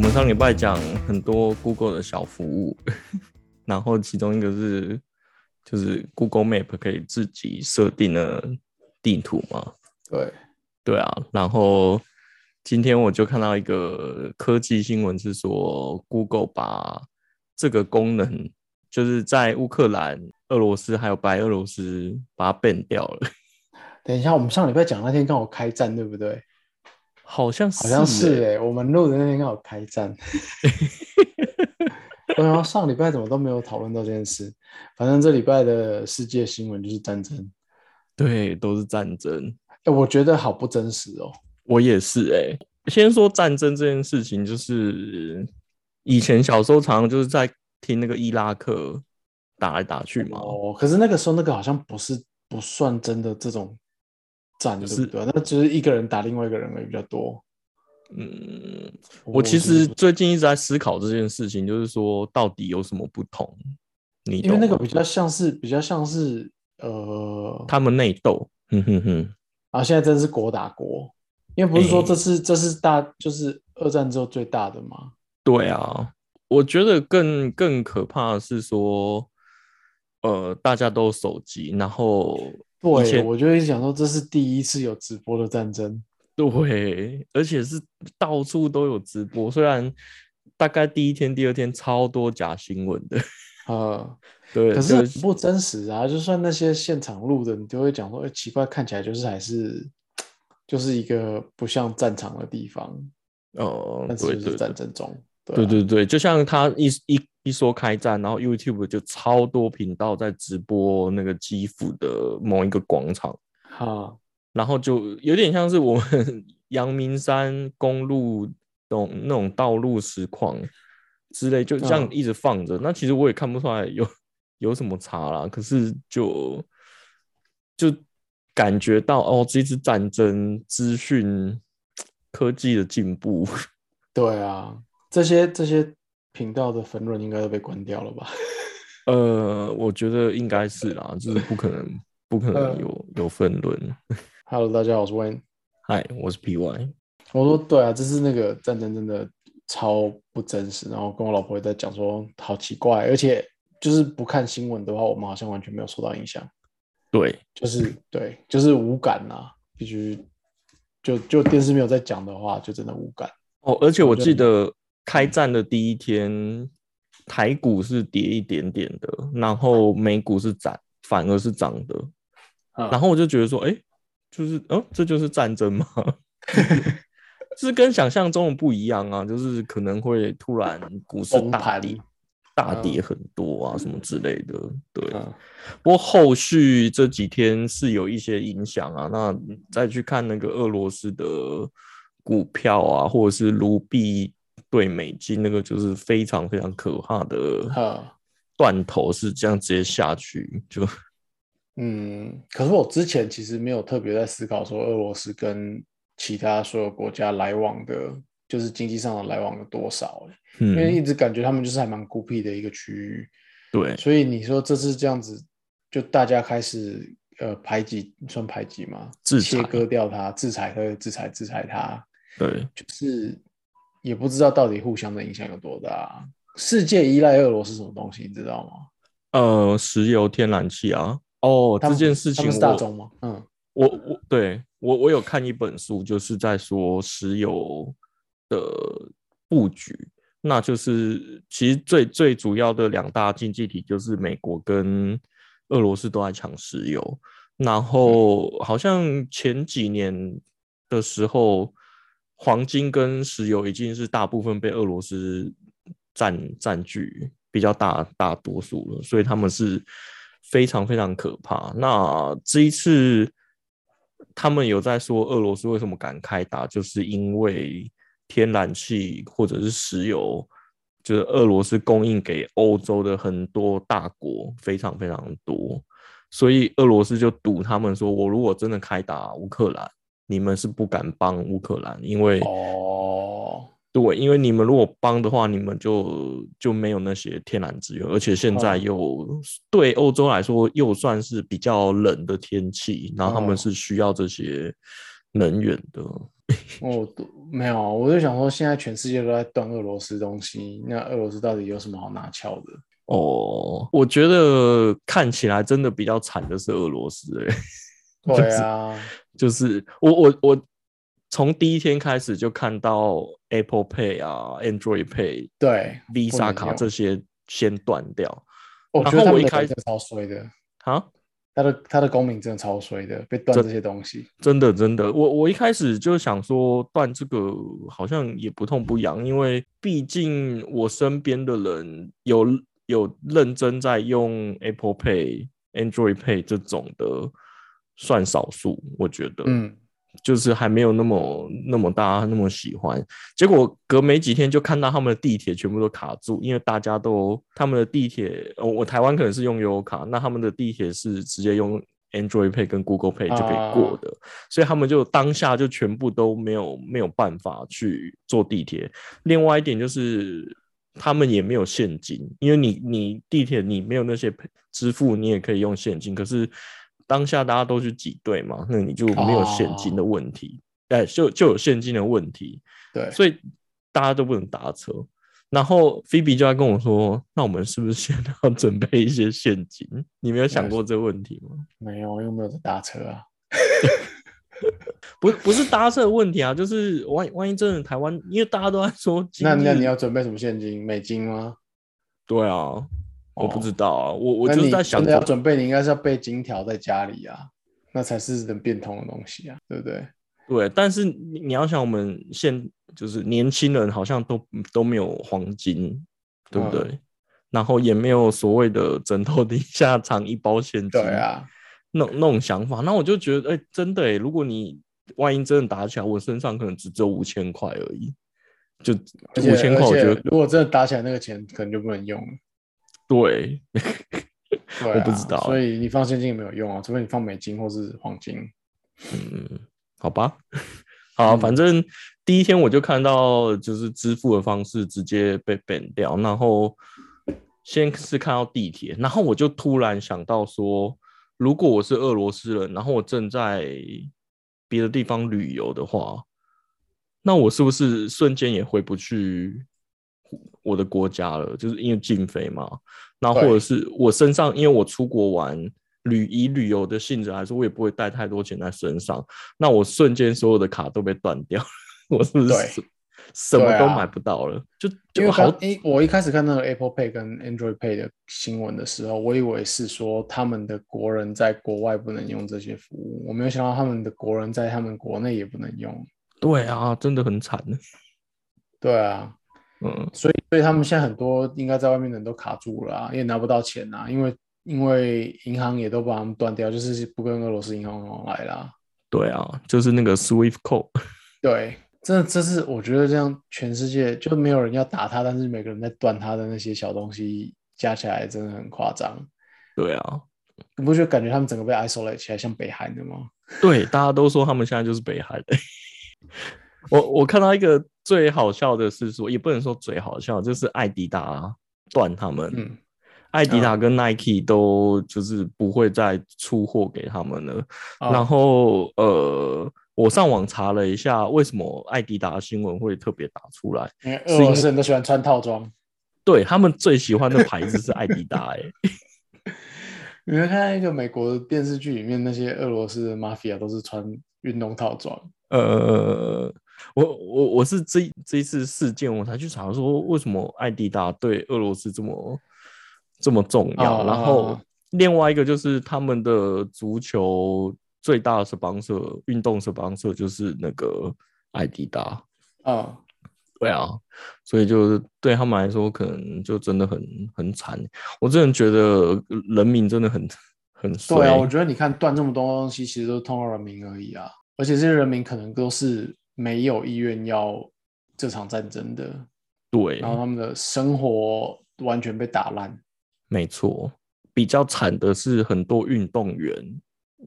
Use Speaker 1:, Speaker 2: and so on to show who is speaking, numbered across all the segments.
Speaker 1: 们上礼拜讲很多 Google 的小服务， 然后其中一个是就是 Google Map 可以自己设定的地图嘛？
Speaker 2: 对，
Speaker 1: 对啊，然后今天我就看到一个科技新闻，是说 Google 把这个功能，就是在乌克兰、俄罗斯还有白俄罗斯把它 ban 掉了，
Speaker 2: 等一下，我们上礼拜讲那天刚好开战，对不对？
Speaker 1: 好像是、
Speaker 2: 好像是
Speaker 1: 欸
Speaker 2: 哎、我们录的那天刚好开 战。对啊，上礼拜怎么都没有讨论到这件事？反正这礼拜的世界新闻就是战争。
Speaker 1: 对，都是战争。
Speaker 2: 哎、我觉得好不真实哦。
Speaker 1: 我也是哎、先说战争这件事情，就是以前小时候常常就是在听那个伊拉克打来打去嘛，
Speaker 2: 哦，可是那个时候那个好像不是不算真的这种战，
Speaker 1: 就
Speaker 2: 对
Speaker 1: 是
Speaker 2: 不对？那只是一个人打另外一个人而已比较多。
Speaker 1: 嗯，我其
Speaker 2: 是不
Speaker 1: 实
Speaker 2: 是
Speaker 1: 最近一直在思考这件事情，就是说到底有什么不同？你
Speaker 2: 因
Speaker 1: 懂啊
Speaker 2: 为那个
Speaker 1: 吗
Speaker 2: 比较像是比较像是呃，
Speaker 1: 他们内斗，哼哼哼，
Speaker 2: 然啊后现在真是国打国，因为不是说
Speaker 1: 诶
Speaker 2: 这是、这是大就是二战之后最大的嘛，
Speaker 1: 对啊，我觉得更更可怕的是说，呃，大家都有手机，然后以
Speaker 2: 对，
Speaker 1: 前
Speaker 2: 我就一直想说这是第一次有直播的战争，
Speaker 1: 对，而且是到处都有直播，虽然大概第一天、第二天超多假新闻的，
Speaker 2: 呃，
Speaker 1: 对，
Speaker 2: 可是
Speaker 1: 就
Speaker 2: 很不真实啊，就算那些现场录的，你都会讲说，哎、奇怪，看起来就是还是就是一个不像战场的地方，
Speaker 1: 呃，
Speaker 2: 但是
Speaker 1: 对
Speaker 2: 就
Speaker 1: 对
Speaker 2: 是战
Speaker 1: 对
Speaker 2: 争中，
Speaker 1: 对
Speaker 2: 啊
Speaker 1: 对对，就像他一一一说开战，然后 YouTube 就超多频道在直播那个基辅的某一个广场，
Speaker 2: 哈，
Speaker 1: 然后就有点像是我们 阳明山公路那种那种道路实况之类，就这样
Speaker 2: 嗯
Speaker 1: 一直放着。那其实我也看不出来有有什么差啦，可是就就感觉到哦，这次战争资讯科技的进步，
Speaker 2: 对啊，这些这些频道的分论应该都被关掉了吧？
Speaker 1: 呃，我觉得应该是啦，就是不可能不可能
Speaker 2: 嗯
Speaker 1: 有有分论。
Speaker 2: Hello，大家好，我是 Wayne。
Speaker 1: 嗨，我是 PY。
Speaker 2: 我说对啊，这是那个战争真的超不真实。然后跟我老婆也在讲说，好奇怪，而且就是不看新闻的话，我们好像完全没有受到影响，
Speaker 1: 对，
Speaker 2: 就是对，就是无感呐、必须就就电视没有在讲的话，就真的无感。
Speaker 1: 哦，而且我
Speaker 2: 我觉得
Speaker 1: 记得开战的第一天，台股是跌一点点的，然后美股是涨，反而是涨的。
Speaker 2: 嗯
Speaker 1: 然后我就觉得说，哎、就是，嗯、这就是战争 吗？就是跟想象中的不一样啊，就是可能会突然股市
Speaker 2: 崩
Speaker 1: 大
Speaker 2: 盘
Speaker 1: 跌，大跌很多啊，什么之类的。对，
Speaker 2: 嗯，
Speaker 1: 不过后续这几天是有一些影响啊，那再去看那个俄罗斯的股票啊，或者是卢币对美金，那个就是非常非常可怕的
Speaker 2: 嗯
Speaker 1: 断头，是这样直接下去，就
Speaker 2: 嗯，可是我之前其实没有特别在思考说俄罗斯跟其他所有国家来往的，就是经济上的来往有多少、欸因为
Speaker 1: 嗯，
Speaker 2: 一直感觉他们就是还蛮孤僻的一个区域。
Speaker 1: 对，
Speaker 2: 所以你说这次这样子，就大家开始呃排挤，算排挤吗？
Speaker 1: 制裁
Speaker 2: 切割掉他，制裁他，制裁制裁他，
Speaker 1: 对，
Speaker 2: 就是也不知道到底互相的影响有多大。啊世界依赖俄罗斯什么东西，你知道吗？
Speaker 1: 呃，石油、天然气啊，哦，
Speaker 2: 他
Speaker 1: 这
Speaker 2: 们
Speaker 1: 件事
Speaker 2: 他
Speaker 1: 情
Speaker 2: 们是大
Speaker 1: 我
Speaker 2: 宗吗？嗯，
Speaker 1: 我我对我我有看一本书，就是在说石油的布局，那就是其实最最主要的两大经济体就是美国跟俄罗斯都在抢石油，然后好像前几年的时候，黄金跟石油已经是大部分被俄罗斯占占据比较大大多数了，所以他们是非常非常可怕。那这一次他们有在说俄罗斯为什么敢开打，就是因为天然气或者是石油。就是俄罗斯供应给欧洲的很多大国非常非常多，所以俄罗斯就赌他们说，我如果真的开打乌克兰，你们是不敢帮乌克兰，因为、
Speaker 2: 哦，
Speaker 1: 对，因为你们如果帮的话，你们就就没有那些天然资源，而且现在
Speaker 2: 嗯
Speaker 1: 又、对欧洲来说又算是比较冷的天气，然后他们
Speaker 2: 嗯
Speaker 1: 是需要这些能源的。
Speaker 2: 我都没有啊，我就想说，现在全世界都在断俄罗斯东西，那俄罗斯到底有什么好拿翘的？
Speaker 1: 哦，我觉得看起来真的比较惨的是俄罗斯、欸，
Speaker 2: 对啊，
Speaker 1: 就是我我我从第一天开始就看到 Apple Pay 啊、Android Pay、
Speaker 2: 对，啊
Speaker 1: Visa
Speaker 2: 不能
Speaker 1: 卡
Speaker 2: 用
Speaker 1: 这些先断掉
Speaker 2: 我觉
Speaker 1: 然
Speaker 2: 得
Speaker 1: 后
Speaker 2: 他
Speaker 1: 我
Speaker 2: 们
Speaker 1: 一
Speaker 2: 的
Speaker 1: 开
Speaker 2: 人真的超衰的，
Speaker 1: 啊。
Speaker 2: 他的他的公民真的超衰的，被断这些东西。
Speaker 1: 真的，真的，我我一开始就想说断这个好像也不痛不痒，因为毕竟我身边的人有有认真在用 Apple Pay、Android Pay 这种的，算少数，我觉得，
Speaker 2: 嗯，
Speaker 1: 就是还没有那么那么大家那么喜欢。结果隔没几天就看到他们的地铁全部都卡住，因为大家都他们的地铁，哦、我台湾可能是用悠游卡，那他们的地铁是直接用 Android Pay 跟 Google Pay 就可以过的，所以他们就当下就全部都没有没有办法去坐地铁。另外一点就是。他们也没有现金，因为你你地铁你没有那些支付，你也可以用现金。可是当下大家都去挤兑嘛，那你就没有现金的问题，
Speaker 2: 哦
Speaker 1: 哎、就就有现金的问题。
Speaker 2: 对，
Speaker 1: 所以大家都不能搭车。然后菲比就在跟我说：“那我们是不是先要准备一些现金？”你没有想过这个问题吗？
Speaker 2: 没有，又没有在搭车啊。
Speaker 1: 不，不是搭车的问题啊，就是万一万一真的台湾，因为大家都在说今
Speaker 2: 那
Speaker 1: 日，
Speaker 2: 那你要准备什么现金？美金吗？
Speaker 1: 对啊，我不知道啊，我我
Speaker 2: 哦那
Speaker 1: 就
Speaker 2: 你
Speaker 1: 是在想
Speaker 2: 真的
Speaker 1: 说
Speaker 2: 要准备，你应该是要备金条在家里啊，那才是能变通的东西啊，对不对？
Speaker 1: 对，但是你你要想，我们现就是年轻人好像都都没有黄金，对不
Speaker 2: 嗯
Speaker 1: 对？然后也没有所谓的枕头底下 藏一包现金，
Speaker 2: 对，啊，
Speaker 1: 那种那种想法。那我就觉得，哎、真的、欸，如果你万一真的打起来，我身上可能只只有五千块而已，就
Speaker 2: 而且
Speaker 1: 五千块，我
Speaker 2: 而且
Speaker 1: 觉得
Speaker 2: 如果真的打起来，那个钱可能就不能用了。
Speaker 1: 对，
Speaker 2: 对、啊，
Speaker 1: 我不知道
Speaker 2: 所以你放现金也没有用啊，除非你放美金或是黄金。
Speaker 1: 嗯，好吧，好，
Speaker 2: 嗯
Speaker 1: 反正第一天我就看到就是支付的方式直接被 ban 掉，然后先是看到地铁，然后我就突然想到说，如果我是俄罗斯人，然后我正在别的地方旅游的话，那我是不是瞬间也回不去我的国家了？就是因为禁飞嘛，然后或者
Speaker 2: 对
Speaker 1: 是我身上，因为我出国玩。旅以旅游的性质来说，我也不会带太多钱在身上。那我瞬间所有的卡都被断掉，我是不
Speaker 2: 对
Speaker 1: 是什么
Speaker 2: 对啊
Speaker 1: 都买不到了？就
Speaker 2: 因
Speaker 1: 就
Speaker 2: 为
Speaker 1: 好
Speaker 2: 刚一我一开始看到 Apple Pay 跟 Android Pay 的新闻的时候，我以为是说他们的国人在国外不能用这些服务，我没有想到他们的国人在他们国内也不能用。
Speaker 1: 对啊，真的很惨。
Speaker 2: 对啊，
Speaker 1: 嗯，
Speaker 2: 所以所以他们现在很多应该在外面的人都卡住了、啊，也拿不到钱啊，因为因为银行也都把他们断掉，就是不跟俄罗斯银行往来啦。
Speaker 1: 对啊，就是那个 Swift Code，
Speaker 2: 对，这这是我觉得这样，全世界就没有人要打他，但是每个人在断他的那些小东西加起来真的很夸张。
Speaker 1: 对啊，
Speaker 2: 你不觉得感觉他们整个被 isolate 起来，像北韩的吗？
Speaker 1: 对，大家都说他们现在就是北韩。 我我看到一个最好笑的是说，也不能说最好笑，就是艾迪达断他们，
Speaker 2: 嗯，
Speaker 1: 艾迪达跟 Nike 都就是不会再出货给他们了。
Speaker 2: 哦
Speaker 1: 然后呃，我上网查了一下，为什么艾迪达新闻会特别打出来？
Speaker 2: 因为俄罗斯人都喜欢穿套装，
Speaker 1: 对他们最喜欢的牌子是艾迪达、欸，
Speaker 2: 你们看一个美国的电视剧里面，那些俄罗斯的 mafia 都是穿运动套装。
Speaker 1: 呃，我我我是这这一次事件，我才去查说为什么艾迪达对俄罗斯这么这么重要。
Speaker 2: 哦
Speaker 1: 然后另外一个就是他们的足球最大的 sponsor 运动 sponsor 就是那个艾迪达，
Speaker 2: 啊、
Speaker 1: 对啊，所以就是对他们来说，可能就真的很很惨。我真的觉得人民真的很很衰。
Speaker 2: 对啊，我觉得你看断这么多东西，其实都是通过人民而已啊，而且这些人民可能都是没有意愿要这场战争的，
Speaker 1: 对
Speaker 2: 然后他们的生活完全被打烂。
Speaker 1: 没错，比较惨的是很多运动员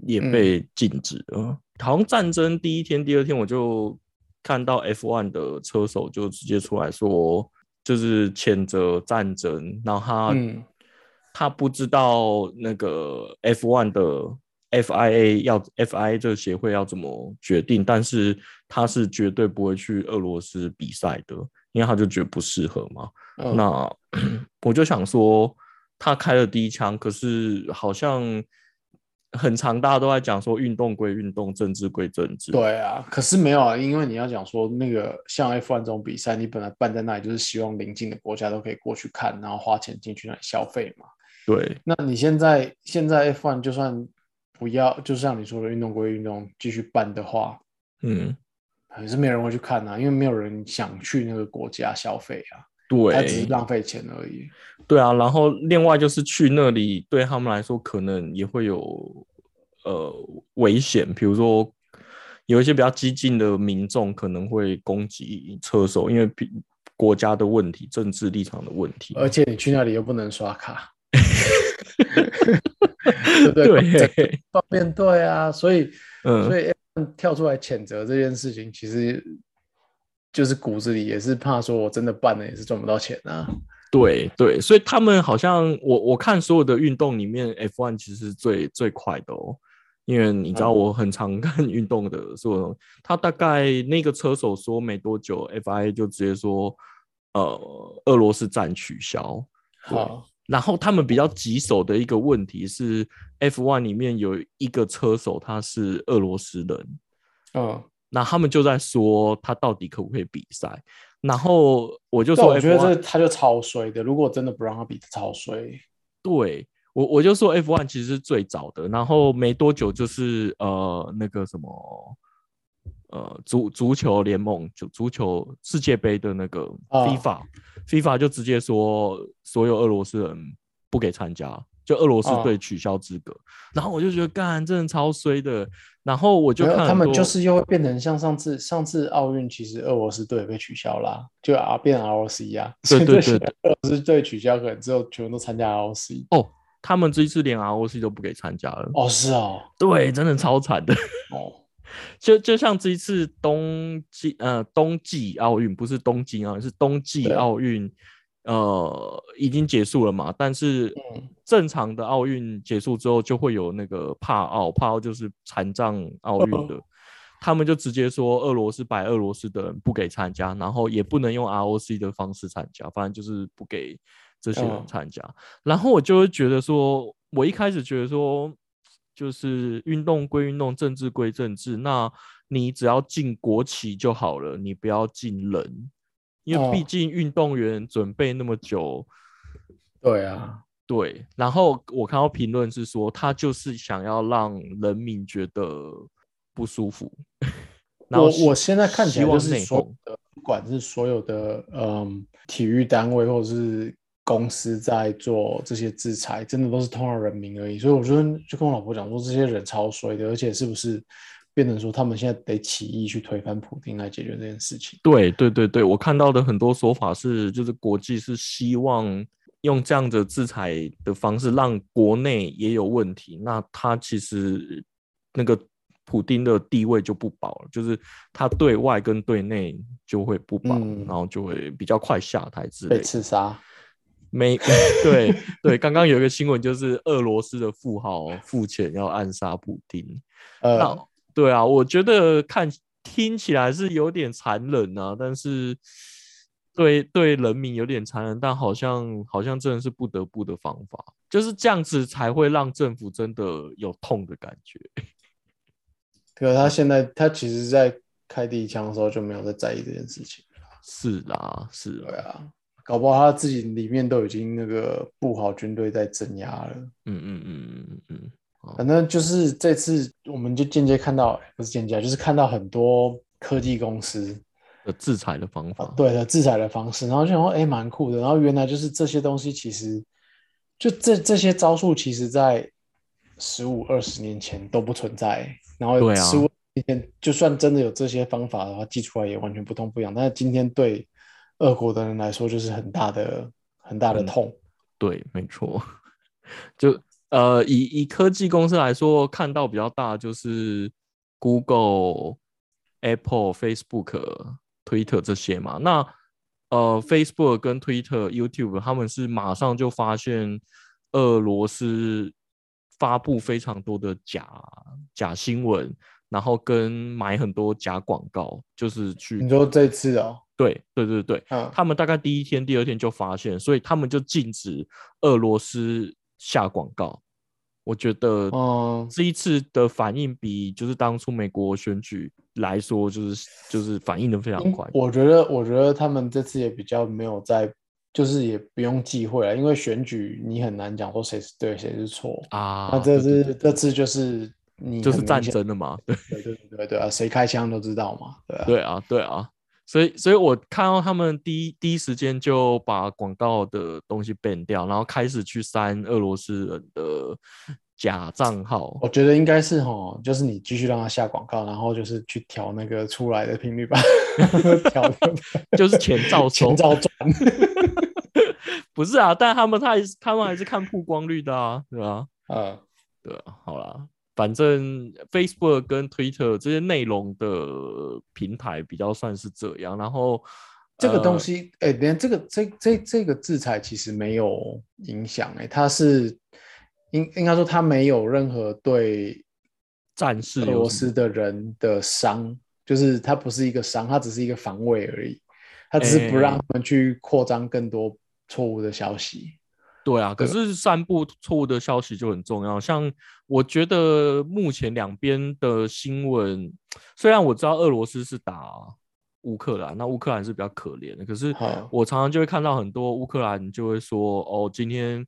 Speaker 1: 也
Speaker 2: 嗯
Speaker 1: 被禁止了。好像战争第一天、第二天，我就看到 F1 的车手就直接出来说，就是谴责战啊争，然后他、
Speaker 2: 嗯
Speaker 1: 他不知道那个 F1 的 FIA 要 FIA 这个协会要怎么决定，但是他是绝对不会去俄罗斯比赛的，因为他就觉得不适合嘛。
Speaker 2: 嗯
Speaker 1: 那 我就想说，他开了第一枪，可是好像很长，大家都在讲说运动归运动，政治归政治。
Speaker 2: 对啊，可是没有啊，因为你要讲说那个像 F1 这种比赛，你本来办在那里就是希望邻近的国家都可以过去看，然后花钱进去那里消费嘛。
Speaker 1: 对
Speaker 2: 那你现在现在 F1 就算不要，就像你说的运动归运动，继续办的话，
Speaker 1: 嗯，
Speaker 2: 还是没人会去看啊，因为没有人想去那个国家消费啊，他只是
Speaker 1: 对，
Speaker 2: 浪费钱而已。
Speaker 1: 对啊。然后另外就是去那里对他们来说，可能也会有呃危险，比如说。有一些比较激进的民众可能会攻击车手，因为比国家的问题、政治立场的问题嘛。
Speaker 2: 而且你去那里又不能刷 卡，对不对？
Speaker 1: 对，
Speaker 2: 方便对啊，所以
Speaker 1: 嗯，
Speaker 2: 所以 F1 跳出来谴责这件事情，其实就是骨子里也是怕说我真的办了也是赚不到钱啊。
Speaker 1: 对对，所以他们好像我我看所有的运动里面，F1 其实是最最快的哦，因为你知道
Speaker 2: 嗯
Speaker 1: 我很常 看运动的所有东西，他大概那个车手说没多久，FIA 就直接说，呃，俄罗斯站取消。对
Speaker 2: 好，
Speaker 1: 然后他们比较棘手的一个问题是，F1 里面有一个车手他是俄罗斯人，
Speaker 2: 嗯，
Speaker 1: 那他们就在说他到底可不可以比赛。然后我就
Speaker 2: 但
Speaker 1: 说哎啊
Speaker 2: 我觉得
Speaker 1: F1
Speaker 2: 这他就超衰的，如果真的不让他比，超衰。
Speaker 1: 对我我就说 F1 其实是最早的，然后没多久就是呃那个什么呃足足球联盟就足球世界杯的那个
Speaker 2: 啊
Speaker 1: FIFA、FIFA 就直接说所有俄罗斯人不给参加，就俄罗斯
Speaker 2: 啊
Speaker 1: 队取消资格。然后我就觉得干真的超衰的，然后我就
Speaker 2: 没有
Speaker 1: 看
Speaker 2: 他
Speaker 1: 很
Speaker 2: 们
Speaker 1: 多
Speaker 2: 就是又会变成像上次上次奥运，其实俄罗斯队也被取消啦，就啊变 ROC 啊，
Speaker 1: 对 对
Speaker 2: 所
Speaker 1: 对
Speaker 2: 以这些俄罗斯队取消，可能之后全部都参加 ROC。
Speaker 1: 他们这一次连 ROC 都不给参加了，
Speaker 2: 哦，是哦，
Speaker 1: 对，真的超惨的。
Speaker 2: 哦，
Speaker 1: 就就像这一次冬季呃冬季奥运不是东京奥运是冬季
Speaker 2: 对
Speaker 1: 奥运，呃已经结束了嘛？但是
Speaker 2: 嗯
Speaker 1: 正常的奥运结束之后就会有那个帕奥，帕奥就是残障奥运
Speaker 2: 哦
Speaker 1: 的，他们就直接说俄罗斯白俄罗斯的人不给参加，然后也不能用 ROC 的方式参加，反正就是不给这些人
Speaker 2: 嗯
Speaker 1: 参加。然后我就会觉得说，我一开始觉得说，就是运动归运动，政治归政治，那你只要进国旗就好了，你不要进人，因为毕
Speaker 2: 哦
Speaker 1: 竟运动员准备那么久，
Speaker 2: 对啊，
Speaker 1: 对。然后我看到评论是说，他就是想要让人民觉得不舒服， 嗯然后
Speaker 2: 我
Speaker 1: 希
Speaker 2: 我现在看起
Speaker 1: 希
Speaker 2: 来
Speaker 1: 望
Speaker 2: 就是
Speaker 1: 内
Speaker 2: 所
Speaker 1: 讧
Speaker 2: 有的，不管是所有的嗯体育单位或者是公司在做这些制裁，真的都是通到人民而已。所以我昨天就跟我老婆讲说，这些人超衰的，而且是不是变成说他们现在得起义去推翻普丁来解决这件事情？
Speaker 1: 对对对对，我看到的很多说法是，就是国际是希望用这样的制裁的方式，让国内也有问题。那他其实那个普丁的地位就不保了，就是他对外跟对内就会不保，
Speaker 2: 嗯
Speaker 1: 然后就会比较快下台之类
Speaker 2: 被
Speaker 1: 的。
Speaker 2: 刺杀，
Speaker 1: 美 对对，刚刚有一个新闻就是俄罗斯的富豪付钱要暗杀普丁。
Speaker 2: 呃，
Speaker 1: 那对啊，我觉得看听起来是有点残忍啊，但是对对人民有点残忍，但好像好像真的是不得不的方法，就是这样子才会让政府真的有痛的感觉。
Speaker 2: 可是他现在他其实在开第一枪的时候就没有在在意这件事情。
Speaker 1: 是啦，是
Speaker 2: 对
Speaker 1: 啦，
Speaker 2: 啊，搞不好他自己里面都已经那个布好军队在镇压了。
Speaker 1: 嗯嗯嗯嗯嗯
Speaker 2: 反正就是这次，我们就间接看到，不是间接啊，就是看到很多科技公司
Speaker 1: 嗯，的制裁的方法
Speaker 2: 啊，，对的制裁的方式，然后就想说，哎，蛮酷的。然后原来就是这些东西，其实就这这些招数，其实在十五二十年前都不存在。然后
Speaker 1: 对啊
Speaker 2: 十五年前，就算真的有这些方法的话，寄出来也完全不痛不痒。但是今天对俄国的人来说，就是很大的很大的
Speaker 1: 嗯
Speaker 2: 痛。
Speaker 1: 对，没错。 就呃，以以科技公司来说，看到比较大就是 Google、Apple、Facebook、Twitter 这些嘛。那呃，Facebook 跟 Twitter、YouTube 他们是马上就发现俄罗斯发布非常多的假假新闻，然后跟买很多假广告，就是去
Speaker 2: 你说这次哦，
Speaker 1: 对对对对，
Speaker 2: 嗯，
Speaker 1: 他们大概第一天、第二天就发现，所以他们就禁止俄罗斯下广告。我觉得
Speaker 2: 哦
Speaker 1: 这一次的反应比就是当初美国选举来说，就是就是反应的非常
Speaker 2: 因
Speaker 1: 快。
Speaker 2: 我觉得，我觉得他们这次也比较没有在，就是也不用忌讳啊了，因为选举你很难讲说谁是对谁是错。
Speaker 1: 啊，
Speaker 2: 那这
Speaker 1: 对对
Speaker 2: 次这次就是你
Speaker 1: 就是
Speaker 2: 很明
Speaker 1: 战
Speaker 2: 显，
Speaker 1: 争了嘛，对
Speaker 2: 对对对对对啊，谁开枪都知道嘛，对啊
Speaker 1: 对啊，对啊，所以所以我看到他们第一第一时间就把广告的东西 ban 掉，然后开始去删俄罗斯人的假账号
Speaker 2: 我，觉得应该是哈，就是你继续让他下广告，然后就是去调那个出来的频率 吧，调
Speaker 1: 就是钱照收
Speaker 2: 前，兆转，嗯
Speaker 1: 不是啊，但他们他还是他们还是看曝光率的啊，对吧、
Speaker 2: 嗯，
Speaker 1: 对啊，好啦，反正 Facebook 跟 Twitter 这些内容的平台比较算是这样，然后
Speaker 2: 这个东
Speaker 1: 呃
Speaker 2: 西，哎、等一下这个这这这个制裁其实没有影响，哎，它是应应该说它没有任何对
Speaker 1: 战事
Speaker 2: 俄
Speaker 1: 有
Speaker 2: 罗
Speaker 1: 什
Speaker 2: 斯
Speaker 1: 么
Speaker 2: 的人的伤，就是它不是一个伤，它只是一个防卫而已，它只是不让
Speaker 1: 哎
Speaker 2: 他们去扩张更多错误的消息。
Speaker 1: 对啊，可
Speaker 2: 对
Speaker 1: 是散布错误的消息就很重要。像我觉得目前两边的新闻，虽然我知道俄罗斯是打乌克兰，那乌克兰是比较可怜的，可是
Speaker 2: 好
Speaker 1: 我常常就会看到很多乌克兰就会说，哦，今天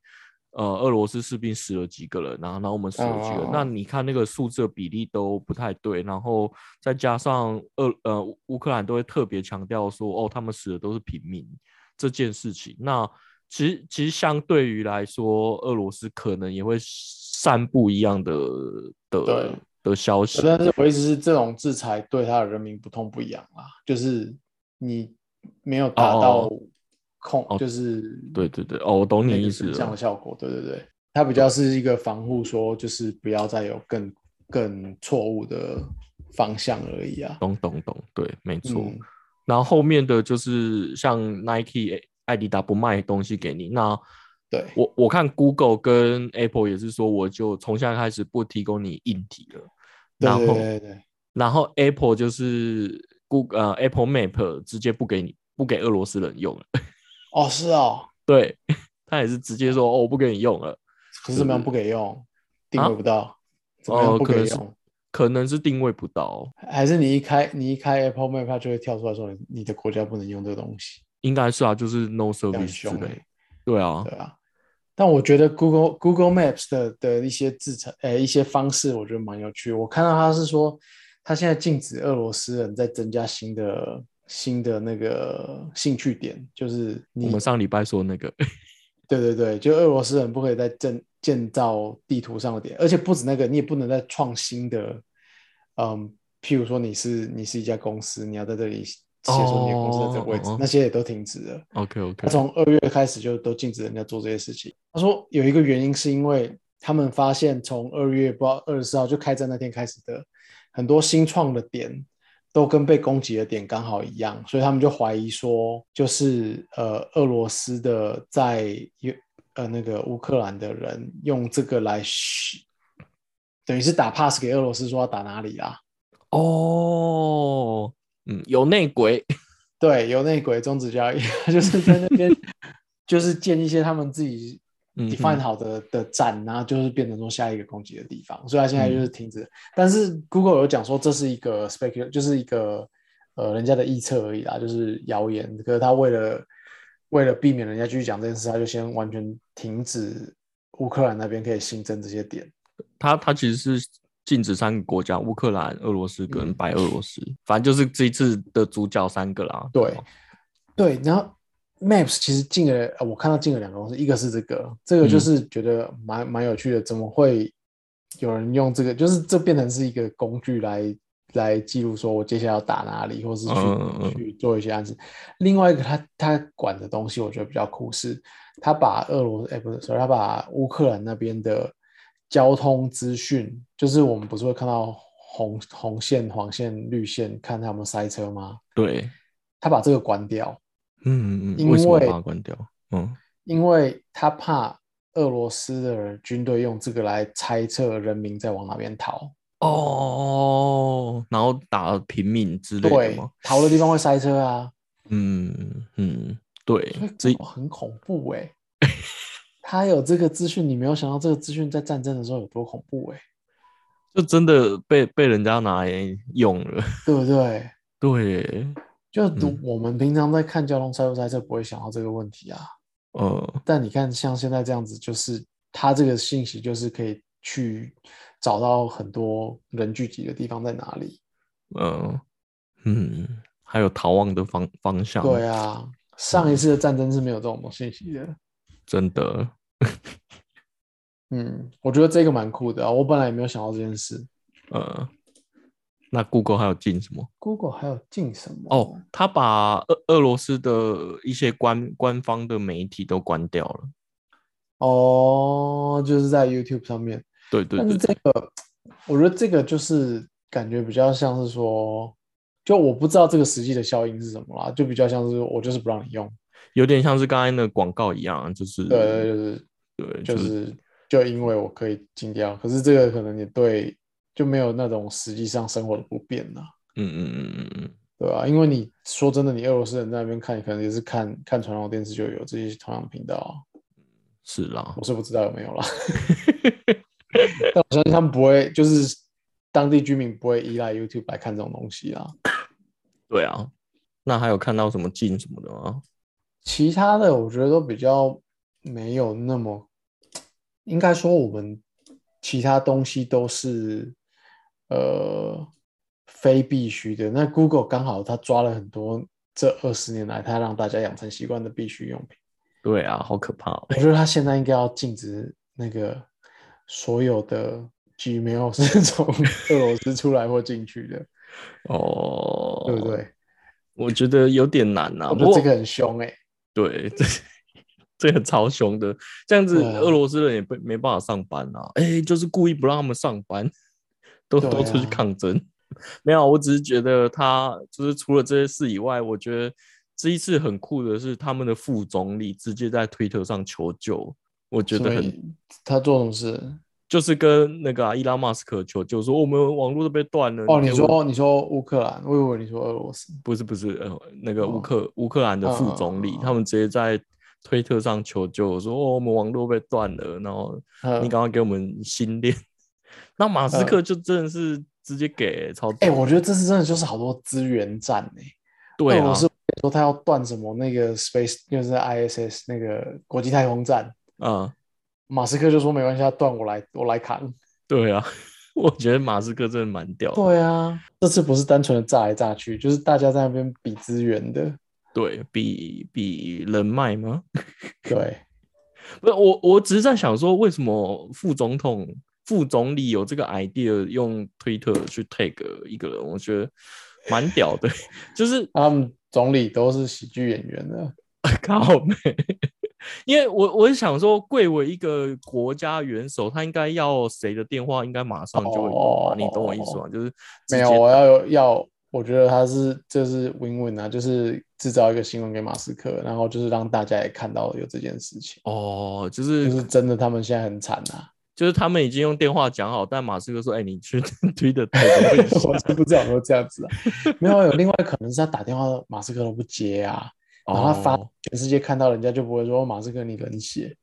Speaker 1: 呃俄罗斯士兵死了几个人，啊然后然后我们死了几个人
Speaker 2: 哦
Speaker 1: 那你看那个数字的比例都不太对，然后再加上俄呃乌乌克兰都会特别强调说，哦，他们死的都是平民。这件事情。那其实其实相对于来说，俄罗斯可能也会散布一样的的
Speaker 2: 对
Speaker 1: 的消息。
Speaker 2: 但是我意思是，这种制裁对他的人民不痛不痒啦，就是你没有达到控，就是
Speaker 1: 哦对对对，哦，我懂你
Speaker 2: 那
Speaker 1: 意
Speaker 2: 个
Speaker 1: 思
Speaker 2: 这样
Speaker 1: 了
Speaker 2: 的。效果。对对对，它比较是一个防护，说就是不要再有更更错误的方向而已啊。
Speaker 1: 懂懂懂，对，没错。
Speaker 2: 嗯，
Speaker 1: 然后后面的就是像 Nike、艾迪达不卖东西给你，那
Speaker 2: 对，
Speaker 1: 我我看 Google 跟 Apple 也是说，我就从现在开始不提供你硬体了。
Speaker 2: 对
Speaker 1: 然
Speaker 2: 对
Speaker 1: 后
Speaker 2: 对对，
Speaker 1: 然后 Apple 就是 Google 呃 Apple Map 直接不给你不给俄罗斯人用了。
Speaker 2: 哦是哦，
Speaker 1: 对他也是直接说哦，我不给你用了，
Speaker 2: 可是怎么样不给用，定位不到，怎么
Speaker 1: 啊哦
Speaker 2: 样不
Speaker 1: 可
Speaker 2: 给
Speaker 1: 能是
Speaker 2: 用？
Speaker 1: 可能是定位不到，
Speaker 2: 还是你一开你一开 Apple Map，它就会跳出来说你你的国家不能用这个东西。
Speaker 1: 应该是啊，就是 no
Speaker 2: 这样很
Speaker 1: service 之
Speaker 2: 凶欸
Speaker 1: 类。对啊，
Speaker 2: 对啊，但我觉得 Google Google Maps 的的一些制裁，呃，一些方式，我觉得蛮有趣。我看到他是说，他现在禁止俄罗斯人在增加新的新的那个兴趣点，就是
Speaker 1: 我
Speaker 2: 你
Speaker 1: 们上礼拜说那个，
Speaker 2: 对对对，就俄罗斯人不可以再建建造地图上的点，而且不止那个，你也不能再创新的，嗯，譬如说你是你是一家公司，你要在这里写出你的公司的这个位置，
Speaker 1: 哦哦哦
Speaker 2: 那些也都停止了。
Speaker 1: OK OK，
Speaker 2: 他从二月开始就都禁止人家做这些事情。他说有一个原因是因为他们发现从二月不知道二十四号就开战那天开始的很多新创的点都跟被攻击的点刚好一样，所以他们就怀疑说，就是呃俄罗斯的在有呃那个乌克兰的人用这个来嘘等于是打 pass 给俄罗斯说要打哪里啦。
Speaker 1: 哦，嗯，有内鬼，
Speaker 2: 对，有内鬼终止交易， 就是在那边就是建一些他们自己
Speaker 1: 嗯
Speaker 2: define
Speaker 1: 哼
Speaker 2: 好的的站，然后就是变成说下一个攻击的地方，所以它现在
Speaker 1: 嗯
Speaker 2: 就是停止。但是 Google 有讲说这是一个 spec，就是一个呃人家的臆测而已啦，就是谣言。可是他为了为了避免人家继续讲这件事，他就先完全停止乌克兰那边可以新增这些点。
Speaker 1: 他他其实是禁止三个国家：乌克兰、俄罗斯跟
Speaker 2: 嗯
Speaker 1: 白俄罗斯，反正就是这一次的主角三个啦。
Speaker 2: 对对，然后 Maps 其实进了，呃我看到进了两个公司，一个是这个，这个
Speaker 1: 嗯
Speaker 2: 就是觉得蛮蛮有趣的，怎么会有人用这个？就是这变成是一个工具来来记录，说我接下来要打哪里，或是去、
Speaker 1: 嗯嗯嗯
Speaker 2: 去做一些暗示。另外一个他他管的东西，我觉得比较酷是，他把俄罗斯，哎、不是，sorry，他把乌克兰那边的交通资讯，就是我们不是会看到红红线、黄线、绿线，看他们塞车吗？
Speaker 1: 对，
Speaker 2: 他把这个关掉。
Speaker 1: 嗯嗯嗯，
Speaker 2: 因
Speaker 1: 为什么
Speaker 2: 为
Speaker 1: 把它关掉？嗯，
Speaker 2: 因为他怕俄俄罗斯的军队用这个来猜测人民在往哪边逃。
Speaker 1: 哦，然后打平民之类的
Speaker 2: 对
Speaker 1: 吗？，
Speaker 2: 逃的地方会塞车啊，
Speaker 1: 嗯嗯，对
Speaker 2: 所
Speaker 1: 这
Speaker 2: 以，哇很恐怖哎、他有这个资讯，你没有想到这个资讯在战争的时候有多恐怖哎、
Speaker 1: 就真的被被人家拿来用了。
Speaker 2: 对不对？
Speaker 1: 对，
Speaker 2: 就
Speaker 1: 嗯
Speaker 2: 我们平常在看交通塞不塞车，不会想到这个问题啊。
Speaker 1: 呃，
Speaker 2: 但你看，像现在这样子，就是他这个信息就是可以去找到很多人聚集的地方在哪里。
Speaker 1: 呃，嗯，还有逃亡的嗯方方向，
Speaker 2: 对啊，上一次的战争是没有啊这种信息的。
Speaker 1: 真的，
Speaker 2: 嗯，我觉得这个蛮酷的啊，我本来也没有想到这件事。
Speaker 1: 呃，那 Google 还有进什么？
Speaker 2: Google 还有进什么？
Speaker 1: 哦，，他把俄俄罗斯的一些官官方的媒体都关掉了。
Speaker 2: 哦，就是在 YouTube 上面。
Speaker 1: 对对
Speaker 2: 但
Speaker 1: 对
Speaker 2: 是这
Speaker 1: 对，
Speaker 2: 个，我觉得这个就是感觉比较像是说，就我不知道这个实际的效应是什么啦，就比较像是我就是不让你用，
Speaker 1: 有点像是刚才那个广告一样，啊就是
Speaker 2: 对对，就是
Speaker 1: 对就
Speaker 2: 就
Speaker 1: 是
Speaker 2: 是就因为我可以禁掉，可是这个可能也对，就没有那种实际上生活的不便啊呐，
Speaker 1: 嗯嗯嗯嗯嗯，
Speaker 2: 对吧、因为你说真的，你俄罗斯人在那边看，可能也是看看传统电视就有这些同样的频道啊，
Speaker 1: 是啦
Speaker 2: 我，是不知道有没有啦，但我相信他们不会，就是当地居民不会依赖 YouTube 来看这种东西啦。
Speaker 1: 对啊。那还有看到什么进什么的吗？
Speaker 2: 其他的我觉得都比较没有那么，应该说我们其他东西都是呃非必须的。那 Google 刚好它抓了很多这二十年来它让大家养成习惯的必需用品。
Speaker 1: 对啊，好可怕、哦。
Speaker 2: 我觉得它现在应该要禁止那个所有的 Gmail 是从俄罗斯出来或进去的，
Speaker 1: 哦，
Speaker 2: 对不？对？
Speaker 1: 我觉得有点难呐、
Speaker 2: 我觉
Speaker 1: 不
Speaker 2: 得
Speaker 1: 过
Speaker 2: 这个很凶哎、
Speaker 1: 对， 这这个超凶的，这样子
Speaker 2: 对啊
Speaker 1: 俄罗斯人也被没办法上班啊！哎、就是故意不让他们上班，都、
Speaker 2: 对啊
Speaker 1: 都出去抗争。没有，我只是觉得他就是除了这些事以外，我觉得这一次很酷的是他们的副总理直接在推特上求救，我觉得
Speaker 2: 所
Speaker 1: 很
Speaker 2: 以他做什么事？
Speaker 1: 就是跟那个啊伊拉马斯克求救说我们网络都被断了。
Speaker 2: 哦，你
Speaker 1: 给我
Speaker 2: 说你说乌克兰，我以为你说俄罗斯。
Speaker 1: 不是不是，呃，那个乌
Speaker 2: 哦
Speaker 1: 克乌克兰的副总理，
Speaker 2: 嗯嗯嗯
Speaker 1: 他们直接在推特上求救，说哦，我们网络被断了，然后
Speaker 2: 嗯
Speaker 1: 你赶快给我们新链。 那马斯克就真的是直接给超
Speaker 2: 哎、
Speaker 1: 屌，
Speaker 2: 我觉得这次真的就是好多资源战哎、
Speaker 1: 对
Speaker 2: 俄
Speaker 1: 啊
Speaker 2: 罗，斯说他要断什么那个 space，就是 ISS 那个国际太空站，
Speaker 1: 啊，
Speaker 2: 马斯克就说没关系，他断我来我来扛。
Speaker 1: 对啊， 我觉得马斯克真的蛮屌的，
Speaker 2: 对啊，这次不是单纯的炸来炸去，就是大家在那边比资源的。
Speaker 1: 对比比人脉吗？
Speaker 2: 对，
Speaker 1: 不是，我我只是在想说，为什么副总统、副总理有这个 idea 用推特去 tag 一个人，我觉得蛮屌的， 就是
Speaker 2: 他们总理都是喜剧演员的，
Speaker 1: 靠妹，因为我我是想说，贵为一个国家元首，他应该要谁的电话，应该马上就会有吧？
Speaker 2: 哦
Speaker 1: 你懂我意思吗？就是直
Speaker 2: 没有，
Speaker 1: 接
Speaker 2: 我要有要，我觉得他是这是 win win 啊，就是制造一个新闻给马斯克，然后就是让大家也看到有这件事情，
Speaker 1: 哦，就
Speaker 2: 就是是真的他们现在很惨啊。
Speaker 1: 就是他们已经用电话讲好，但马斯克说：“哎、你去 推的推的
Speaker 2: 我是不知道有没有这样子啊， 没有，有另外可能是他打电话马斯克都不接啊，然后他发
Speaker 1: 哦，
Speaker 2: 全世界看到人家就不会说哦马斯克你冷血，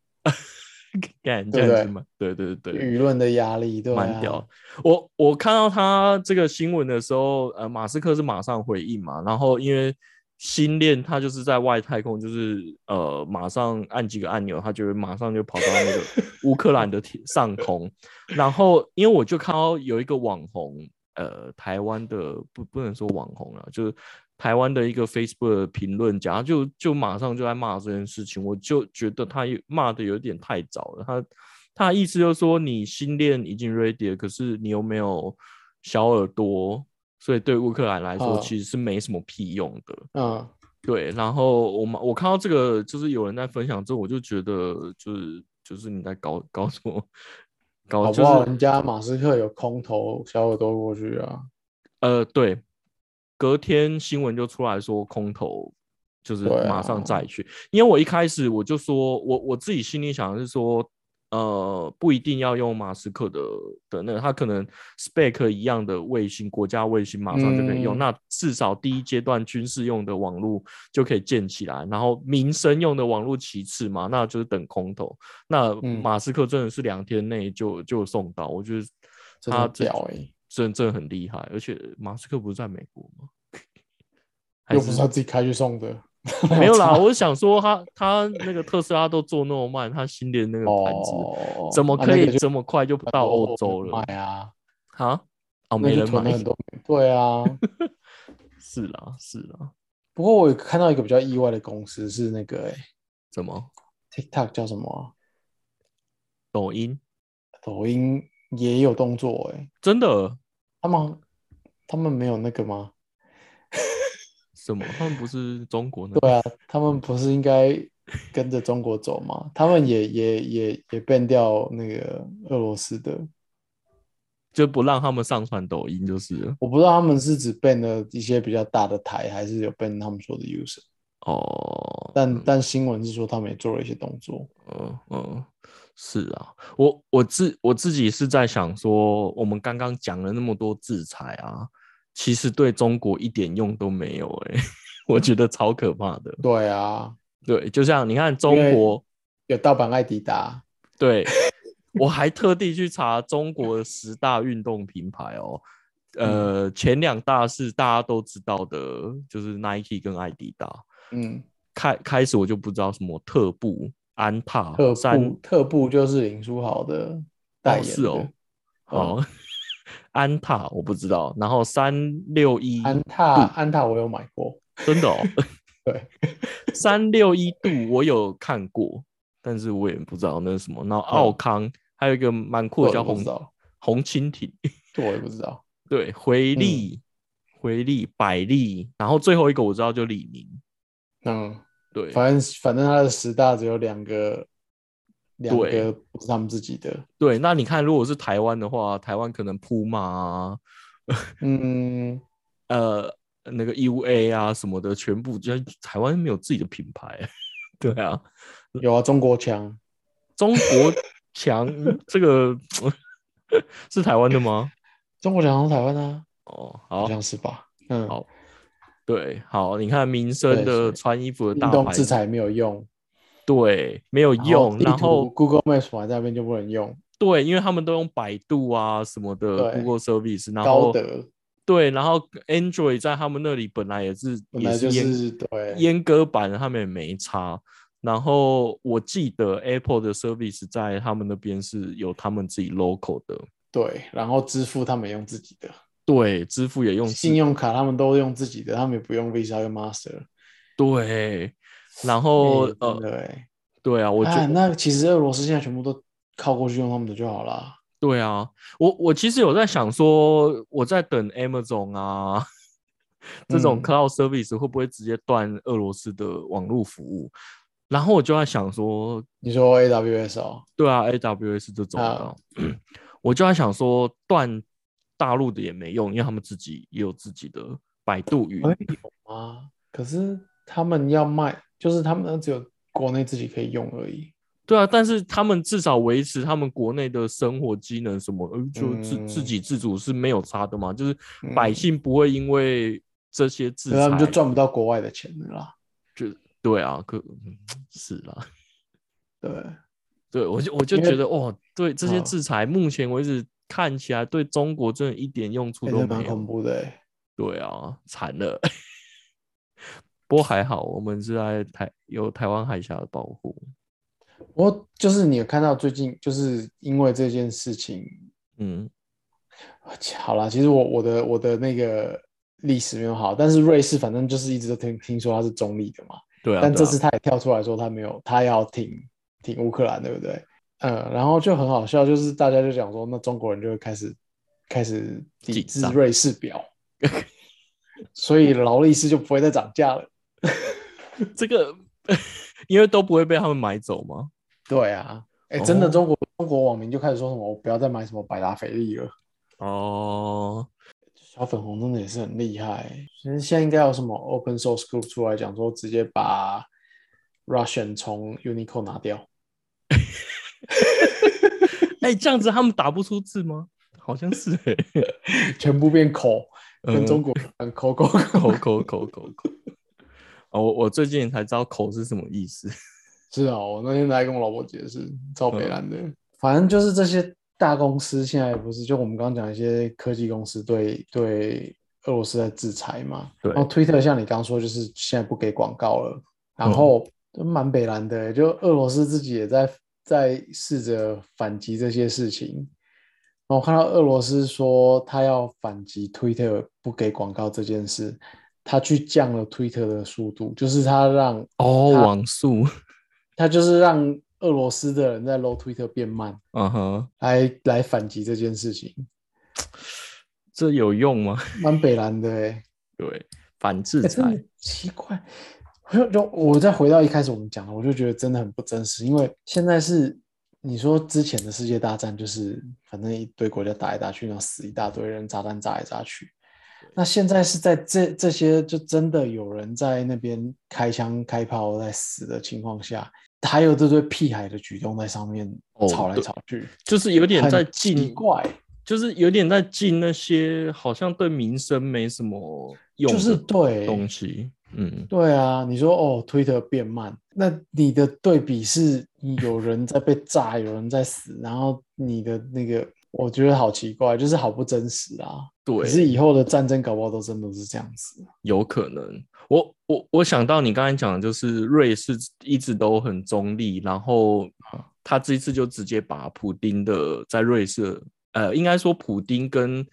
Speaker 1: 干这样
Speaker 2: 对不对
Speaker 1: 子嘛？对对对，
Speaker 2: 舆论的压力，对啊
Speaker 1: 蛮屌。我我看到他这个新闻的时候，呃，马斯克是马上回应嘛，然后因为星链它就是在外太空，就是呃，马上按几个按钮，它就会马上就跑到那个乌克兰的天上空。然后因为我就看到有一个网红，呃，台湾的不不能说网红了，就是。台湾的一个 Facebook 的评论家就就马上就在骂这件事情，我就觉得他也骂的有点太早了。他他的意思就是说，你新链已经 ready 了，可是你又没有小耳朵，所以对乌克兰来说
Speaker 2: 嗯
Speaker 1: 其实是没什么屁用的。
Speaker 2: 嗯，
Speaker 1: 对，然后我们我看到这个，就是有人在分享之后，我就觉得就是就是你在搞搞什么，搞
Speaker 2: 好
Speaker 1: 就
Speaker 2: 不好？
Speaker 1: 是
Speaker 2: 人家马斯克有空投小耳朵过去啊，
Speaker 1: 呃对，隔天新闻就出来说空投。就是
Speaker 2: 对啊
Speaker 1: 马上再去，因为我一开始我就说，我我自己心里想的是说，呃，不一定要用马斯克的的那个，他可能 Spec 一样的卫星，国家卫星马上就可以用。
Speaker 2: 嗯
Speaker 1: 那至少第一阶段军事用的网络就可以建起来，然后民生用的网络其次嘛，那就是等空投。那
Speaker 2: 嗯
Speaker 1: 马斯克真的是两天内就就送到，我觉得
Speaker 2: 真的
Speaker 1: 他
Speaker 2: 很屌欸
Speaker 1: 真真的很厉害。而且马斯克不是在美国吗？ 还
Speaker 2: 又不是他自己开去送的，
Speaker 1: 没有 啦，我是想说他他那个特斯拉都做那么慢，他新的那个盘子、
Speaker 2: 哦，
Speaker 1: 怎么
Speaker 2: 啊
Speaker 1: 可
Speaker 2: 那
Speaker 1: 以
Speaker 2: 个就哦
Speaker 1: 这么快就到欧洲了
Speaker 2: 买啊，
Speaker 1: 啊？哦，
Speaker 2: 那
Speaker 1: 没
Speaker 2: 就
Speaker 1: 人
Speaker 2: 囤了
Speaker 1: 买
Speaker 2: 很，多。对啊，
Speaker 1: 是啦是啦，
Speaker 2: 不过我有看到一个比较意外的公司是那个、欸、
Speaker 1: 怎么
Speaker 2: TikTok 叫什么啊、
Speaker 1: 抖音
Speaker 2: 抖音也有动作哎、
Speaker 1: 真的
Speaker 2: 他们他们没有那个吗？
Speaker 1: 什么？他们不是中国的
Speaker 2: 对啊，他们不是应该跟着中国走吗？他们也也也也 ban 掉那个俄罗斯的，
Speaker 1: 就不让他们上传抖音就是了
Speaker 2: 我不知道他们是只 ban 了一些比较大的台，还是有 ban 他们所有的 user。
Speaker 1: 哦。
Speaker 2: 但但新闻是说他们也做了一些动作。
Speaker 1: 嗯嗯，是啊，我我自我自己是在想说，我们刚刚讲了那么多制裁啊，其实对中国一点用都没有哎、 我觉得超可怕的。
Speaker 2: 对啊，
Speaker 1: 对，就像你看中
Speaker 2: 因为
Speaker 1: 国，
Speaker 2: 有盗版艾迪达，
Speaker 1: 对我还特地去查中国十大运动品牌哦。
Speaker 2: 嗯
Speaker 1: 呃，前两大是大家都知道的，就是 Nike 跟艾迪达。
Speaker 2: 嗯，
Speaker 1: 开开始我就不知道什么特步、安踏、
Speaker 2: 特
Speaker 1: 三
Speaker 2: 步特步就是林书豪的代
Speaker 1: 哦
Speaker 2: 言
Speaker 1: 是
Speaker 2: 的
Speaker 1: 哦， 好，安踏我不知道，然后三六一
Speaker 2: 安踏
Speaker 1: 嗯
Speaker 2: 安踏我有买过，
Speaker 1: 真的哦，
Speaker 2: 对，
Speaker 1: 三六一度我有看过，但是我也不知道那是什么。然后奥康还有一个蛮酷的
Speaker 2: 这
Speaker 1: 叫
Speaker 2: 嗯哦我不
Speaker 1: 红
Speaker 2: 知道，
Speaker 1: 红蜻蜓，
Speaker 2: 这我也不知道。
Speaker 1: 对，回
Speaker 2: 嗯
Speaker 1: 力、回力、百利，然后最后一个我知道就李宁，
Speaker 2: 嗯，
Speaker 1: 对，
Speaker 2: 反正反正他的十大只有两个，两
Speaker 1: 对
Speaker 2: 个不是他们自己的。
Speaker 1: 对。那你看，如果是台湾的话，台湾可能铺马啊，
Speaker 2: 嗯，
Speaker 1: 呃，那个 UA 啊什么的，全部就台湾没有自己的品牌， 对啊。
Speaker 2: 有啊，中国强，
Speaker 1: 中国强 这个是台湾的吗？
Speaker 2: 中国强是台湾啊，
Speaker 1: 哦，
Speaker 2: 好
Speaker 1: 好，
Speaker 2: 像是吧？嗯，
Speaker 1: 好对，好，你看民生
Speaker 2: 对
Speaker 1: 的
Speaker 2: 是
Speaker 1: 穿衣服的
Speaker 2: 运
Speaker 1: 大
Speaker 2: 动
Speaker 1: 牌
Speaker 2: 制，裁没有用，
Speaker 1: 对，没有用，
Speaker 2: 地
Speaker 1: 然
Speaker 2: 图
Speaker 1: 后
Speaker 2: Google Maps 放在那边就不能用，
Speaker 1: 对，因为他们都用百度啊什么的
Speaker 2: 对
Speaker 1: Google Service，然
Speaker 2: 高
Speaker 1: 后
Speaker 2: 德
Speaker 1: 对，然后 Android 在他们那里本来也是
Speaker 2: 本
Speaker 1: 也
Speaker 2: 来就是是
Speaker 1: 阉
Speaker 2: 对，
Speaker 1: 阉割版，他们也没差。然后我记得 Apple 的 service 在他们那边是有他们自己 local 的，
Speaker 2: 对，然后支付他们也用自己的，
Speaker 1: 对，支付也用自
Speaker 2: 信用卡他们都用自己的，他们也不用 Visa 跟 Master。
Speaker 1: 对，然后、
Speaker 2: 哎真
Speaker 1: 呃，
Speaker 2: 的哎，
Speaker 1: 对啊，我觉
Speaker 2: 啊，
Speaker 1: 得、
Speaker 2: 那其实俄罗斯现在全部都靠过去用他们的就好啦。
Speaker 1: 对啊，我我其实有在想说，我在等 Amazon 啊， 这种
Speaker 2: 嗯
Speaker 1: cloud service 会不会直接断俄罗斯的网络服务？然后我就在想说，
Speaker 2: 你说 AWS 哦，
Speaker 1: 对啊，AWS 这种的
Speaker 2: 啊，
Speaker 1: 我就在想说，断大陆的也没用，因为他们自己也有自己的百度云。
Speaker 2: 哎啊，可是他们要卖，就是他们只有国内自己可以用而已。
Speaker 1: 对啊，但是他们至少维持他们国内的生活机能什么，呃就自自
Speaker 2: 嗯
Speaker 1: 给自足是没有差的嘛，就是百
Speaker 2: 嗯啊
Speaker 1: 姓不会因为这些制
Speaker 2: 可是他们就
Speaker 1: 裁，
Speaker 2: 赚不到国外的钱了啦。
Speaker 1: 对啊，可嗯是啦，
Speaker 2: 对，
Speaker 1: 对我就我就
Speaker 2: 因为
Speaker 1: 觉得哦，对这些
Speaker 2: 嗯
Speaker 1: 制裁，目前为止看起来对中国真的一点用处
Speaker 2: 真
Speaker 1: 都
Speaker 2: 的哎蛮
Speaker 1: 没
Speaker 2: 恐
Speaker 1: 有，
Speaker 2: 怖的欸。
Speaker 1: 对啊，惨了。 不过还好，我们是在台有台湾海峡的保护，
Speaker 2: 不过就是你有看到最近，就是因为这件事情，
Speaker 1: 嗯，
Speaker 2: 好啦，其实我我的我的那个历史没有好，但是瑞士反正就是一直都听听说它是中立的嘛，
Speaker 1: 对啊，
Speaker 2: 但
Speaker 1: 对
Speaker 2: 这
Speaker 1: 啊
Speaker 2: 次他也跳出来说他没有，他要挺挺乌克兰，对不对？嗯，然后就很好笑，就是大家就讲说，那中国人就会开始开始抵
Speaker 1: 紧
Speaker 2: 制
Speaker 1: 张
Speaker 2: 瑞士表，所以劳力士就不会再涨价了。
Speaker 1: 这个 因为都不会被他们买走吗？
Speaker 2: 对啊，哎，真的
Speaker 1: 哦
Speaker 2: 中国、中国网民就开始说什么，我不要再买什么百达翡丽了。
Speaker 1: 哦，
Speaker 2: 小粉红真的也是很厉害，其实现在应该有什么 open source group 出来讲说，直接把 Russian 从 Unicode 拿掉。
Speaker 1: 哎、这样子他们打不出字吗？好像 是、欸，
Speaker 2: 全部变 口，跟中国人口口口
Speaker 1: 口呃口口口口。哦，我我最近才知道口是什么意思。
Speaker 2: 是啊，我那天来跟我老婆解释，超北蓝的。反正就是这些大公司现在不是，就我们刚刚讲一些科技公司对对俄罗斯在制裁嘛。
Speaker 1: 对
Speaker 2: 然后 Twitter 像你刚说，就是现在不给广告了，然后就蛮北蓝的，欸就俄罗斯自己也在在试着反击这些事情。然后我看到俄罗斯说他要反击 Twitter 不给广告这件事，他去降了 Twitter 的速度，就是他让
Speaker 1: 哦，网速，
Speaker 2: 他就是让俄罗斯的人在 low Twitter 变慢，
Speaker 1: 嗯哼，
Speaker 2: 来来反击这件事情，
Speaker 1: 这有用吗？
Speaker 2: 蛮北蓝的哎、
Speaker 1: 对，反制
Speaker 2: 欸，
Speaker 1: 裁，
Speaker 2: 真的奇怪。我就就我再回到一开始我们讲的，我就觉得真的很不真实，因为现在是你说之前的世界大战，就是反正一堆国家打来打去，然后死一大堆人，炸弹炸来炸去。那现在是在这这些就真的有人在那边开枪开炮在死的情况下，还有这堆屁孩的举动在上面
Speaker 1: 哦
Speaker 2: 吵来
Speaker 1: 对
Speaker 2: 吵去，
Speaker 1: 就是有点
Speaker 2: 很
Speaker 1: 在
Speaker 2: 奇
Speaker 1: 进，
Speaker 2: 怪，
Speaker 1: 就是有点在进那些好像对民生没什么用
Speaker 2: 就是
Speaker 1: 的
Speaker 2: 对
Speaker 1: 东西。嗯，
Speaker 2: 对啊，你说哦，推特变慢，那你的对比是有人在被炸，有人在死，然后你的那个，我觉得好奇怪，就是好不真实啊。可
Speaker 1: 对，
Speaker 2: 是以后的战争搞不好都真的是这样子。
Speaker 1: 有可能。我我我想到你刚才讲的，就是瑞士一直都很中立，然后
Speaker 2: 啊
Speaker 1: 他这一次就直接把普丁的在瑞士，呃，应该说普丁跟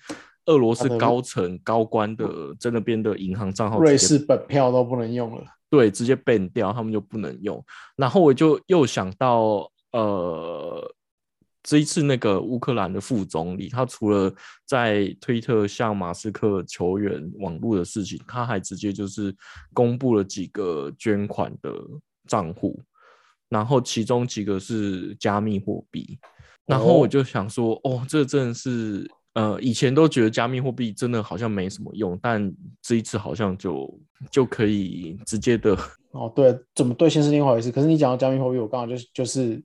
Speaker 1: 俄罗斯
Speaker 2: 他的嗯
Speaker 1: 高层高官的在那边的银行账号直接
Speaker 2: 瑞士本票都不能用了，
Speaker 1: 对，直接 ban 掉，他们就不能用。然后我就又想到，呃，这一次那个乌克兰的副总理，他除了在推特向马斯克求援网络的事情，他还直接就是公布了几个捐款的账户，然后其中几个是加密货币。然后我
Speaker 2: 哦
Speaker 1: 就想说，哦，这真的是，呃，以前都觉得加密货币真的好像没什么用，但这一次好像就就可以直接的，
Speaker 2: 哦，对，怎么兑现是另外一回事。可是你讲到加密货币，我刚好就是就是，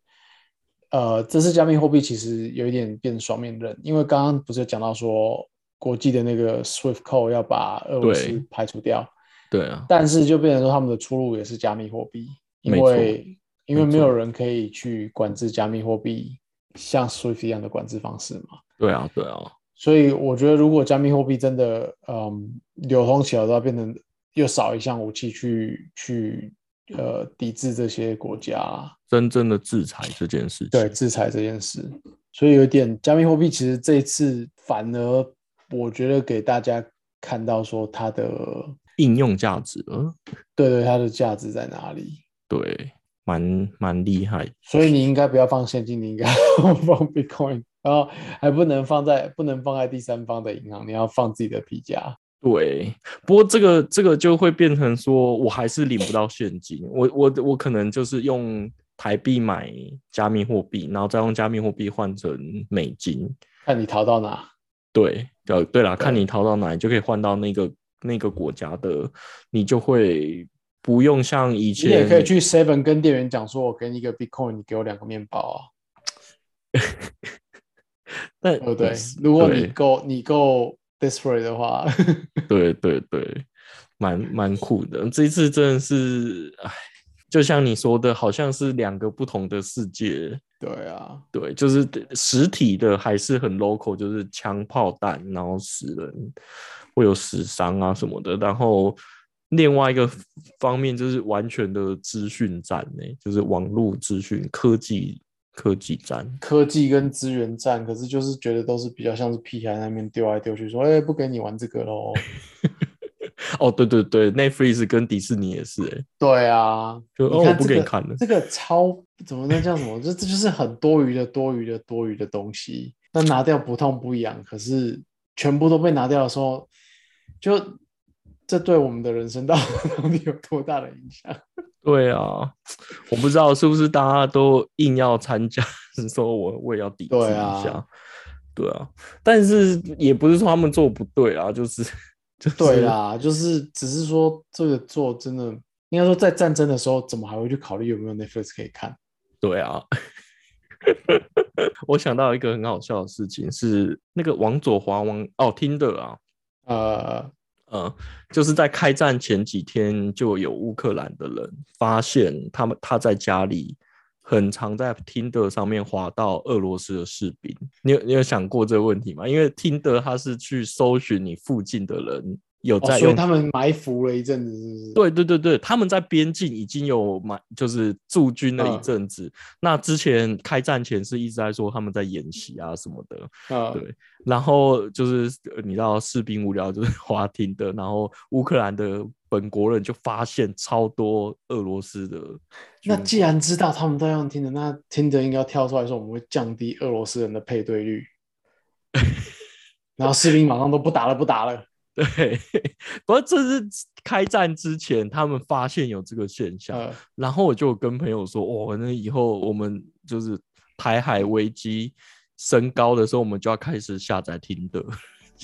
Speaker 2: 呃，这次加密货币其实有一点变双面刃，因为刚刚不是有讲到说国际的那个 SWIFT code 要把俄罗
Speaker 1: 对
Speaker 2: 斯排除掉，
Speaker 1: 对啊，
Speaker 2: 但是就变成说他们的出路也是加密货币，因
Speaker 1: 没错
Speaker 2: 为因为
Speaker 1: 没错
Speaker 2: 没有人可以去管制加密货币像 SWIFT 一样的管制方式嘛。
Speaker 1: 对啊，对啊，
Speaker 2: 所以我觉得，如果加密货币真的嗯流通起来的话，变成又少一项武器去去呃抵制这些国家啦
Speaker 1: 真正的制裁这件事情，
Speaker 2: 对制裁这件事。所以有点加密货币，其实这一次反而我觉得给大家看到说它的
Speaker 1: 应用价值，呃，
Speaker 2: 对对它的价值在哪里。
Speaker 1: 对，蛮蛮厉害的，
Speaker 2: 所以你应该不要放现金，你应该 放 Bitcoin，然后还不能放在不能放在第三方的银行，你要放自己的皮夹。
Speaker 1: 对，不过这个这个就会变成说，我还是领不到现金，我我我可能就是用台币买加密货币，然后再用加密货币换成美金，
Speaker 2: 看你逃到哪。
Speaker 1: 对，呃，对啦，看
Speaker 2: 对
Speaker 1: 你逃到哪，你就可以换到那个那个国家的，你就会不用像以
Speaker 2: 你
Speaker 1: 前，
Speaker 2: 也可以去 Seven 跟店员讲说，我给你一个 Bitcoin，你给我两个面包啊，
Speaker 1: 但
Speaker 2: 对不对？如果你
Speaker 1: 对
Speaker 2: 够你够 desperate 的话，
Speaker 1: 对对对，蛮蛮酷的。这一次真的是，哎，就像你说的，好像是两个不同的世界。
Speaker 2: 对啊，
Speaker 1: 对，就是实体的还是很 local，就是枪炮弹，然后死人会有死伤啊什么的。然后另外一个方面就是完全的资讯战呢、就是网络资讯科技科技战。
Speaker 2: 科技跟资源战，可是就是觉得都是比较像是屁孩那边丢来丢去，说，哎、不给你玩这个喽。
Speaker 1: 哦，对对对，Netflix 跟迪士尼也是哎、
Speaker 2: 对啊，
Speaker 1: 就
Speaker 2: 你
Speaker 1: 哦
Speaker 2: 看
Speaker 1: 我不
Speaker 2: 这
Speaker 1: 给你
Speaker 2: 个
Speaker 1: 看了
Speaker 2: 这个超怎么那叫什么？这这就是很多余的、多余的、多余的东西。那拿掉不痛不痒，可是全部都被拿掉的时候，就这对我们的人生到底有多大的影响？
Speaker 1: 对啊，我不知道是不是大家都硬要参加， 说我我也要抵制
Speaker 2: 对
Speaker 1: 一
Speaker 2: 啊
Speaker 1: 下。对啊，但是也不是说他们做不对啊，就是就是
Speaker 2: 对啊啦，就是只是说这个做真的，应该说在战争的时候，怎么还会去考虑有没有 Netflix 可以看？
Speaker 1: 对啊， 我想到一个很好笑的事情，是那个往左滑往哦听的啊，
Speaker 2: 呃，
Speaker 1: 呃，就是在开战前几天就有乌克兰的人发现他们他在家里很常在听的上面滑到俄罗斯的士兵，你有你有想过这个问题吗？因为听的他是去搜寻你附近的人有
Speaker 2: 哦
Speaker 1: 在
Speaker 2: 所
Speaker 1: 用
Speaker 2: 以他们埋伏了一阵子，是不是？
Speaker 1: 对对对对，他们在边境已经有满就是驻军了一
Speaker 2: 嗯
Speaker 1: 阵子。那之前开战前是一直在说他们在演习啊什么的，
Speaker 2: 啊，
Speaker 1: 对然后就是呃你知道士兵无聊就是 滑听的，然后乌克兰的本国人就发现超多俄罗斯的 军
Speaker 2: 那
Speaker 1: 人。
Speaker 2: 既然知道他们都用听的，那听的应该要跳出来说，我们会降低俄罗斯人的配对 率。然后士兵马上都不打了，不打了。
Speaker 1: 对，不过这是开战之前他们发现有这个现象，
Speaker 2: 呃，
Speaker 1: 然后我就跟朋友说，哦，那以后我们就是台海危机升高的时候，我们就要开始下载听的。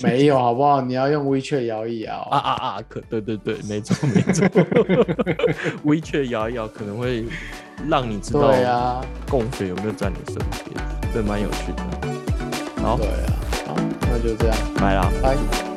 Speaker 2: 没有好不好？你要用 WeChat 摇一摇
Speaker 1: 啊啊啊！可对对对，没错没 错。 微雀摇一摇可能会让你知道
Speaker 2: 对啊，
Speaker 1: 共匪有没有在你身边，这蛮有趣的。好
Speaker 2: 对，啊，好，那就这样，
Speaker 1: 拜啦。
Speaker 2: 拜。